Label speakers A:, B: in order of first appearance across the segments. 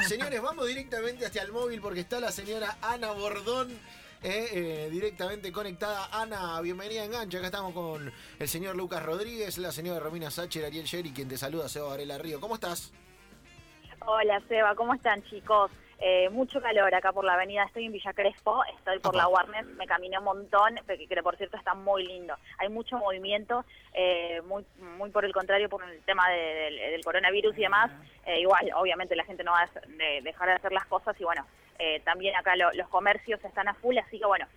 A: Señores, vamos directamente hacia el móvil porque está la señora Ana Bordón. eh, eh, directamente conectada. Ana, bienvenida a Engancha. Acá estamos con el señor Lucas Rodríguez, la señora Romina Sacher, Ariel Sherry, quien te saluda, Seba Varela Río. ¿Cómo estás?
B: Hola Seba, ¿cómo están chicos? Eh, mucho calor acá por la avenida, estoy en Villa Crespo, estoy por
A: Apa.
B: la Warner, me caminé un montón, que, que por cierto está muy lindo, hay mucho movimiento, eh, muy, muy por el contrario por el tema de- del- del coronavirus y demás, eh, igual obviamente la gente no va a hacer- de- dejar de hacer las cosas y bueno, eh, también acá lo- los comercios están a full, así que bueno,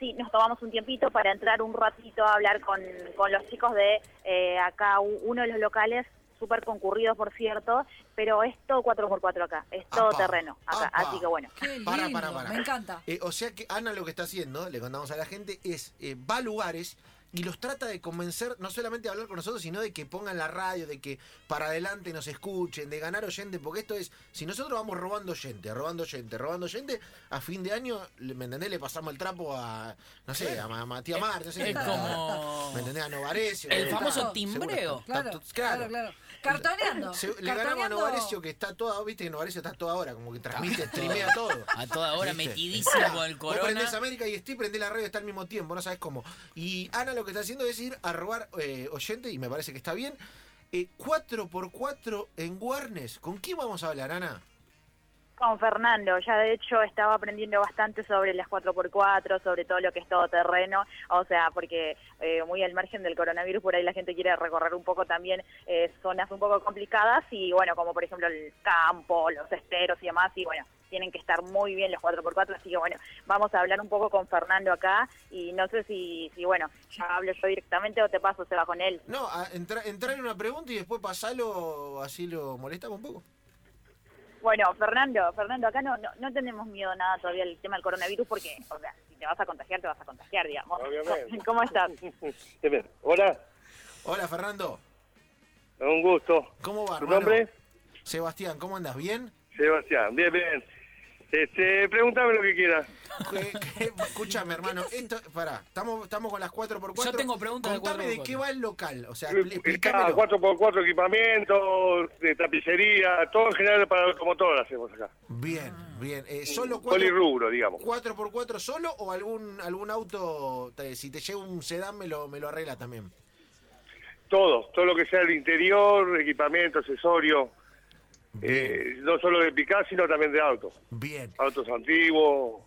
B: sí, nos tomamos un tiempito para entrar un ratito a hablar con, con los chicos de eh, acá, u- uno de los locales súper concurridos, por cierto, pero es todo 4x4 acá, es todo
A: Apa,
B: terreno acá,
A: apa.
B: así que bueno.
C: Qué lindo,
A: Para, para, para.
C: me encanta.
A: Eh, o sea que Ana lo que está haciendo, le contamos a la gente, es eh, va a lugares y los trata de convencer, no solamente de hablar con nosotros, sino de que pongan la radio, de que para adelante nos escuchen, de ganar oyente, porque esto es, si nosotros vamos robando oyente, robando oyente, robando oyente, a fin de año, le- ¿me entendés? Le pasamos el trapo a, no sé, a, Ma- Matías Mar, no sé.
D: Es
A: a-
D: como-
A: ¿Me entendés? A Novarecio.
D: El
A: ¿no?
D: famoso
A: Está-
D: timbreo.
A: seguro, está-
C: Claro,
A: está-
C: claro, claro. Cartoneando.
A: Se- le ganaba a
C: cartoneando.
A: Novarecio que está toda, viste que Novarecio está toda hora, como que transmite, streamea todo.
D: A toda hora,
A: ¿Viste?
D: metidísimo con el
A: Vos prendés
D: corona.
A: América y Steve prendés la radio está al mismo tiempo, no sabes cómo. Y Ana lo que está haciendo es ir a robar eh, oyente, y me parece que está bien. Eh, 4x4 en Warnes. ¿Con quién vamos a hablar, Ana?
B: Con Fernando, ya de hecho estaba aprendiendo bastante sobre las 4x4, sobre todo lo que es todoterreno, o sea, porque eh, muy al margen del coronavirus, por ahí la gente quiere recorrer un poco también eh, zonas un poco complicadas y bueno, como por ejemplo el campo, los esteros y demás, y bueno, tienen que estar muy bien los 4x4, así que bueno, vamos a hablar un poco con Fernando acá y no sé si, si bueno, ya hablo yo directamente o te paso, se va con él.
A: No, a- entra- entrar en una pregunta y después pasarlo, así lo molestamos un poco.
B: Bueno, Fernando, Fernando, acá no, no, no tenemos miedo a nada todavía al tema del coronavirus porque, o sea, si te vas a contagiar, te vas a contagiar, digamos.
E: Obviamente.
B: ¿Cómo estás?
E: Qué bien. Hola,
A: Hola, Fernando.
E: un gusto.
A: ¿Cómo va,
E: ¿Tu
A: hermano?
E: nombre?
A: Sebastián, ¿cómo andas? ¿Bien?
E: Sebastián. Bien, bien. Este, pregúntame lo que quieras.
A: ¿Qué- qué- Escúchame, hermano. Esto, pará, estamos, estamos con las 4x4.
D: Yo tengo preguntas de
A: Contame de
D: 4x4.
A: qué va el local. O sea,
E: Cada
A: Ah, explícamelo.
E: 4x4 equipamiento, de tapicería, todo en general para el automotor lo hacemos acá.
A: Bien,
D: Ah.
A: bien. Eh, solo cuatro,
E: Polirrubro, digamos.
A: 4x4 solo o algún algún auto, te- si te llega un sedán me lo, me lo arregla también.
E: Todo, todo lo que sea el interior, equipamiento, accesorio. Eh, no solo de picar, sino también de autos.
A: Bien,
E: Autos antiguos,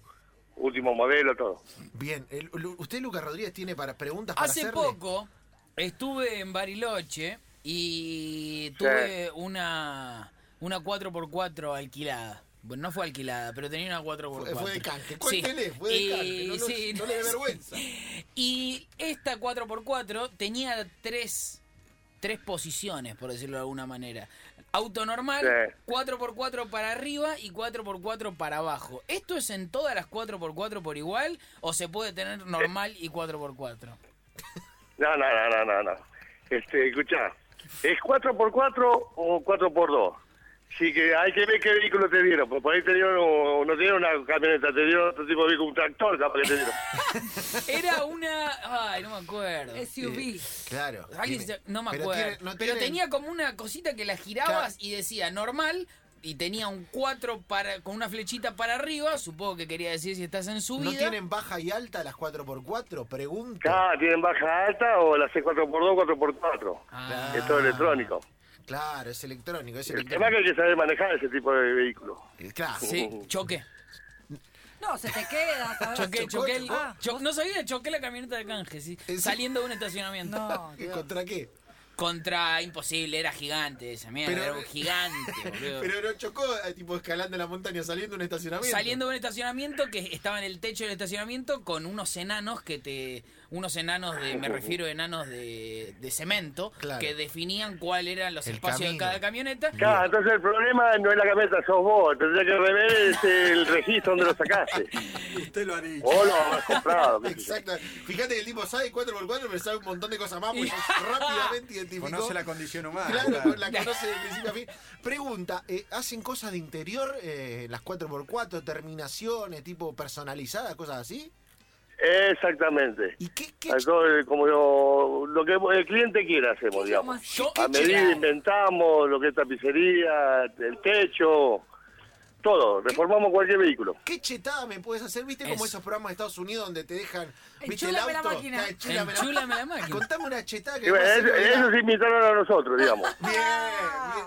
E: último modelo, todo.
A: bien. El- Lu- usted, Lucas Rodríguez, tiene para preguntas para
D: Hace
A: hacerle?
D: poco estuve en Bariloche y tuve una, una 4x4 alquilada. Bueno, no fue alquilada, pero tenía una 4x4.
A: Fue, fue de canje.
D: Sí.
A: Cuéntele, fue de canje.
D: Y-
A: No, no-
D: sí,
A: no le dé vergüenza.
D: Y esta 4x4 tenía tres, tres posiciones, por decirlo de alguna manera. Auto normal,
E: Sí.
D: 4x4 para arriba y 4x4 para abajo. ¿Esto es en todas las 4x4 por igual o se puede tener normal y 4x4?
E: No, no, no, no, no, no. Este, escuchá, ¿es 4x4 o 4x2? Sí, que hay que ver qué vehículo te dieron. porque Por ahí te dieron, o no te dieron una camioneta, te dieron otro tipo de vehículo, un tractor, capaz que te dieron.
D: Era una... Ay, no me acuerdo.
A: Eh,
C: SUV.
A: claro.
D: Alguien
A: tiene-
D: se- No me
A: pero
D: acuerdo. Pero,
A: tiene- no tiene-
D: tenía como una cosita que la girabas
A: Claro.
D: y decía normal y tenía un 4 para, con una flechita para arriba. Supongo que quería decir si estás en subida.
A: ¿No tienen baja y alta las 4x4? Pregunto.
E: Ah, ¿tienen baja alta o la haces 4x2 4x4?
D: Ah.
E: Es todo electrónico.
A: Claro, es electrónico. Es
E: El tema es
A: electrónico.
E: que hay que saber manejar ese tipo de vehículo.
A: Eh, Claro.
D: Sí, choqué.
C: No, se te queda. ¿sabes?
D: Choqué,
A: chocó,
D: choqué. el-
A: chocó.
C: Ah,
D: cho- no sabía, choqué la camioneta de canje, sí.
A: ¿En
D: Saliendo de un estacionamiento.
C: No,
A: ¿Qué-
C: Dios.
A: ¿Contra qué?
D: Contra imposible, era gigante esa mierda,
A: Pero-
D: era un gigante, boludo.
A: Pero no chocó, eh, tipo escalando la montaña, saliendo de un estacionamiento.
D: Saliendo de un estacionamiento que estaba en el techo del estacionamiento con unos enanos que te. Unos enanos de. Me refiero a enanos de, de cemento.
A: Claro.
D: Que definían cuál eran los
A: El
D: espacios
A: camino.
D: de cada camioneta.
E: Claro, entonces el problema no es la camioneta, sos vos. Tendría que rever es el registro donde lo sacaste.
A: Usted lo ha dicho.
E: Vos lo habrás comprado. qué sé yo.
A: Exacto. Fíjate que el tipo sabe 4x4, pero sabe un montón de cosas más, porque rápidamente identificó.
F: Conoce la condición humana.
A: Claro,
F: claro.
A: la conoce de principio a fin. Pregunta, eh, ¿hacen cosas de interior, eh, las 4x4, terminaciones, tipo personalizadas, cosas así?
E: Exactamente.
A: ¿Y qué, qué-
E: Entonces, Ah, eh, como lo, lo que el cliente quiera hacemos,
C: ¿Qué llamas?
E: digamos.
D: Yo,
E: A medida
D: Claro.
E: inventamos lo que es tapicería, el techo, Todo, reformamos cualquier vehículo.
A: ¿Qué chetada me puedes hacer? ¿Viste como
D: Eso.
A: esos programas de Estados Unidos donde te dejan. ¿Viste
C: Enchúlame
A: el
C: la
A: auto?
C: máquina.
A: Ah, enchúlame la-
D: Enchúlame la máquina.
A: Contame una chetada que.
E: Y bueno,
A: puedas
E: eso,
A: hacer,
E: eso se Eh, invitaron a nosotros, digamos.
A: Bien,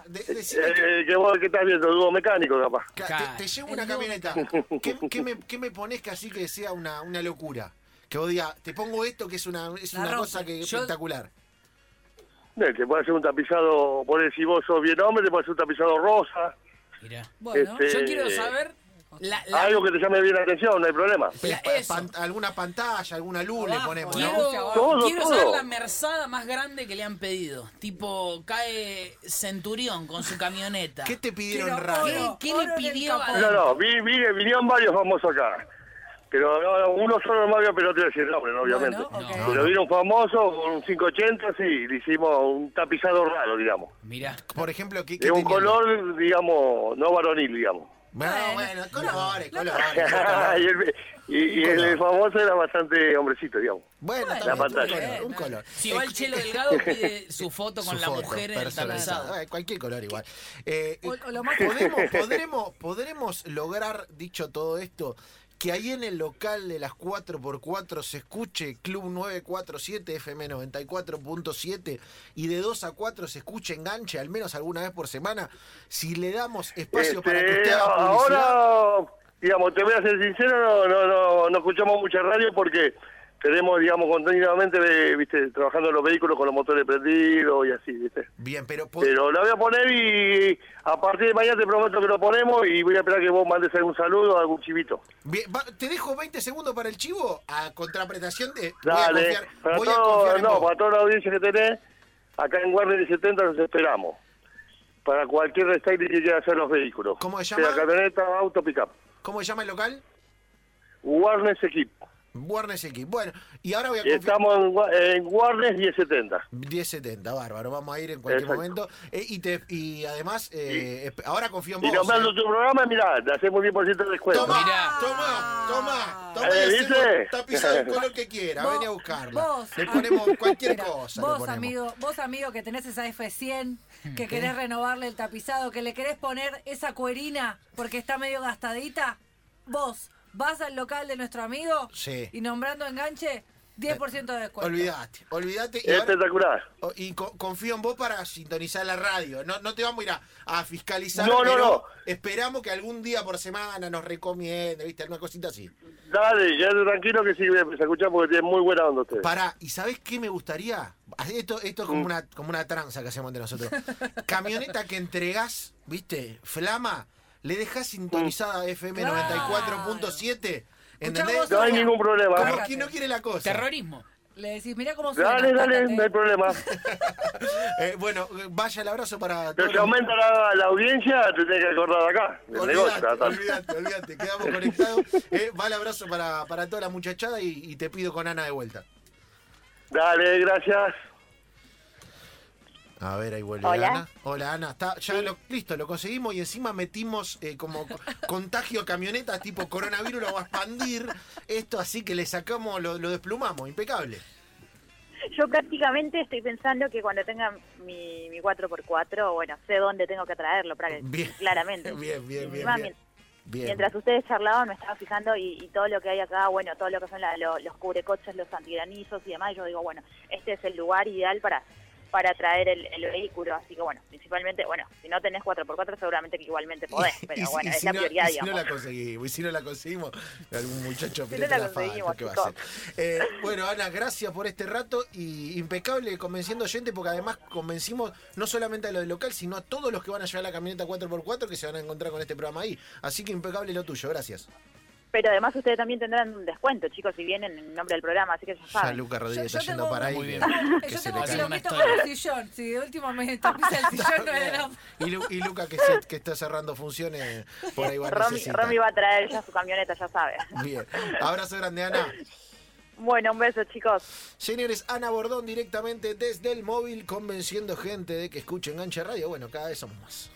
A: bien. De- decime que-
E: Eh, que vos que estás viendo, dúo mecánico, capaz.
A: Ca-
D: Claro.
A: Te, te llevo
C: El
A: una
C: dúo
A: camioneta. ¿Qué, qué me, qué me pones que así que sea una, una locura? Que vos digas, te pongo esto que es una, es
C: La
A: una
C: rosa.
A: cosa que
D: Yo-
A: espectacular.
E: Eh, Te puede hacer un tapizado, por si vos sos bien hombre, te puede hacer un tapizado rosa,
D: Mirá.
C: Bueno,
E: Este-
D: Yo quiero saber la, la-
E: algo que te llame bien la atención, no hay problema.
D: la-
A: Pa-
D: eso.
A: pan- alguna pantalla, alguna luz le
C: Abajo,
A: ponemos,
C: ¿no?
A: ¿no?
D: Quiero,
E: Todo,
D: quiero
E: todo.
D: saber la merzada más grande que le han pedido. Tipo, cae Centurión con su camioneta.
A: ¿Qué te pidieron
C: Quiero
A: raro?
C: oro.
D: ¿Qué le
C: Oro en el
D: pidió
C: capó.
D: a-
E: No, no, vi, vi- vinieron varios famosos acá. Pero no, uno solo no había, pero te voy a decir el nombre, no, obviamente.
C: Bueno, ok.
E: Pero vino un famoso, un 580, sí, le hicimos un tapizado raro, digamos.
D: Mirá.
A: Por ejemplo, ¿qué, qué
E: De un
A: tenían?
E: color, digamos, no varonil, digamos.
A: Bueno,
C: Bueno,
A: bueno,
C: no.
A: colores,
C: No.
A: colores.
E: y el, y- y el famoso era bastante hombrecito, digamos.
A: Bueno,
C: La
A: también,
E: pantalla.
A: un color, un color.
D: Si va el Chelo Delgado, pide su foto con
A: Eh, Su
D: la
A: foto
D: mujer en el
A: personalizada.
D: tapizado.
A: Ah, cualquier color igual. Eh,
C: O- o lo más-
A: ¿podremos, podremos, podremos lograr, dicho todo esto, que ahí en el local de las 4x4 se escuche Club 947 FM 94.7 y de 2 a 4 se escuche enganche al menos alguna vez por semana? Si le damos espacio para que
E: Este,
A: usted haga publicidad.
E: ahora, digamos, te voy a ser sincero, no, no, no, no escuchamos mucha radio porque tenemos, digamos, continuamente, eh, viste, trabajando los vehículos con los motores prendidos y así, viste.
A: Bien, pero, po-
E: Pero lo voy a poner y a partir de mañana te prometo que lo ponemos y voy a esperar que vos mandes algún saludo, algún chivito.
A: bien, va- te dejo 20 segundos para el chivo a contrapretación de... voy a
E: Dale,
A: confiar-
E: para,
A: voy a
E: todo,
A: confiar en
E: no,
A: vos.
E: para toda la audiencia que tenés, acá en Guardia 70 nos esperamos. Para cualquier restaurante que quiera hacer los vehículos.
A: ¿Cómo se
E: Sea
A: llama?
E: camioneta, auto, pickup.
A: ¿Cómo se llama el local?
E: Warnes Equipo.
A: Warnes X. Bueno, y ahora voy a
E: Y
A: confiar.
E: Estamos en, Gua- en Warnes 1070.
A: 1070, bárbaro, vamos a ir en cualquier
E: Exacto.
A: momento. Eh, y, te- y además, eh, esp- ahora confío en
E: Y
A: vos.
E: nombrando
A: eh.
E: tu programa, mirá, te hacemos 10% de descuento.
A: Tomá,
D: Mirá.
A: tomá, tomá, tomá,
E: Eh,
A: y hacemos
E: ¿viste?
A: tapizado el color que quiera,
C: Vos-
A: vení a buscarla.
C: vos,
A: le
C: ah,
A: ponemos cualquier
C: mira,
A: cosa. le
C: Vos,
A: ponemos.
C: amigo, vos, amigo, que tenés esa F100, que querés renovarle el tapizado, que le querés poner esa cuerina porque está medio gastadita, vos vas al local de nuestro amigo
A: Sí.
C: y nombrando enganche, 10% de descuento.
A: Olvidate, olvidate. Y,
E: Este
A: ahora-
E: Espectacular.
A: o- y co- confío en vos para sintonizar la radio. No, no te vamos a ir a, a fiscalizar.
E: No, no,
A: pero
E: no.
A: Esperamos que algún día por semana nos recomiende, ¿viste? Alguna cosita así.
E: Dale, ya tranquilo que sí, voy a empezar a escuchar porque tienen muy buena onda ustedes.
A: Pará, ¿y sabés qué me gustaría? Así, Esto, esto es como
E: Mm.
A: una, como una tranza que hacemos entre nosotros. Camioneta que entregás, ¿viste? Flama, le dejás sintonizada FM
C: Claro.
A: 94.7. ¿Entendés?
C: Escuchamos
E: Mm. No hay
C: Hola.
E: ningún problema.
A: Como
C: Claro.
A: quien no quiere la cosa.
D: Terrorismo.
C: Le decís, mira cómo suena.
E: Dale, dale,
C: tácate".
E: no hay problema.
A: Eh, bueno, eh, vaya el abrazo para
E: Pero
A: todos.
E: si aumenta la, la audiencia, te tenés que acordar acá, del negocio.
A: Olvídate,
E: tal.
A: olvídate, olvídate, quedamos conectados. Eh, va el abrazo para, para toda la muchachada y, y te pido con Ana de vuelta.
E: Dale, gracias.
A: A ver, ahí vuelve
B: Hola.
A: Ana. Hola, Ana. Está, ya lo, listo, lo conseguimos y encima metimos eh, como co- contagio a camionetas tipo coronavirus, lo va a expandir. Esto así que le sacamos, lo, lo desplumamos, impecable.
B: Yo prácticamente estoy pensando que cuando tenga mi, mi 4x4, bueno, sé dónde tengo que traerlo, pra-
A: Bien.
B: claramente.
A: Bien, bien, bien.
B: Encima,
A: bien.
B: mien-
A: Bien.
B: Mientras ustedes charlaban, me estaba fijando y, y todo lo que hay acá, bueno, todo lo que son la- lo- los cubrecoches, los antigranizos y demás, yo digo, bueno, este es el lugar ideal para para traer el, el vehículo, así que bueno, principalmente, bueno, si no tenés 4x4 seguramente que igualmente podés,
A: Y-
B: pero
A: y si-
B: bueno,
A: y
B: es
A: si
B: la
A: no-
B: prioridad,
A: y si no
B: digamos.
A: la conseguimos, y si no la conseguimos, algún muchacho
B: Si no
A: pirata
B: la
A: la falta,
B: conseguimos,
A: ¿qué va a
B: chicos.
A: hacer? Eh, bueno, Ana, gracias por este rato y impecable convenciendo gente, porque además convencimos no solamente a los del local, sino a todos los que van a llevar la camioneta 4x4 que se van a encontrar con este programa ahí. Así que impecable lo tuyo, gracias.
B: Pero además ustedes también tendrán un descuento, chicos, si vienen en nombre del programa, así que ya
A: Ya
B: saben.
A: Luca Rodríguez
C: Yo- yo
A: está yendo
C: tengo-
A: para ahí.
D: Muy bien.
A: que
C: Yo
A: se
C: tengo
A: le
D: que
A: caiga.
D: una
C: kilómetros con
D: historia.
C: el sillón. Si de última me tapiza el sillón, no era
A: y, Lu- y Luca que, se- que está cerrando funciones por ahí va a
B: Romy,
A: necesitar.
B: Romy va a traer ya su camioneta, ya sabe.
A: Bien. Abrazo grande, Ana.
B: Bueno, un beso, chicos.
A: Señores, Ana Bordón directamente desde el móvil convenciendo gente de que escuche Enganche Radio. Bueno, cada vez somos más.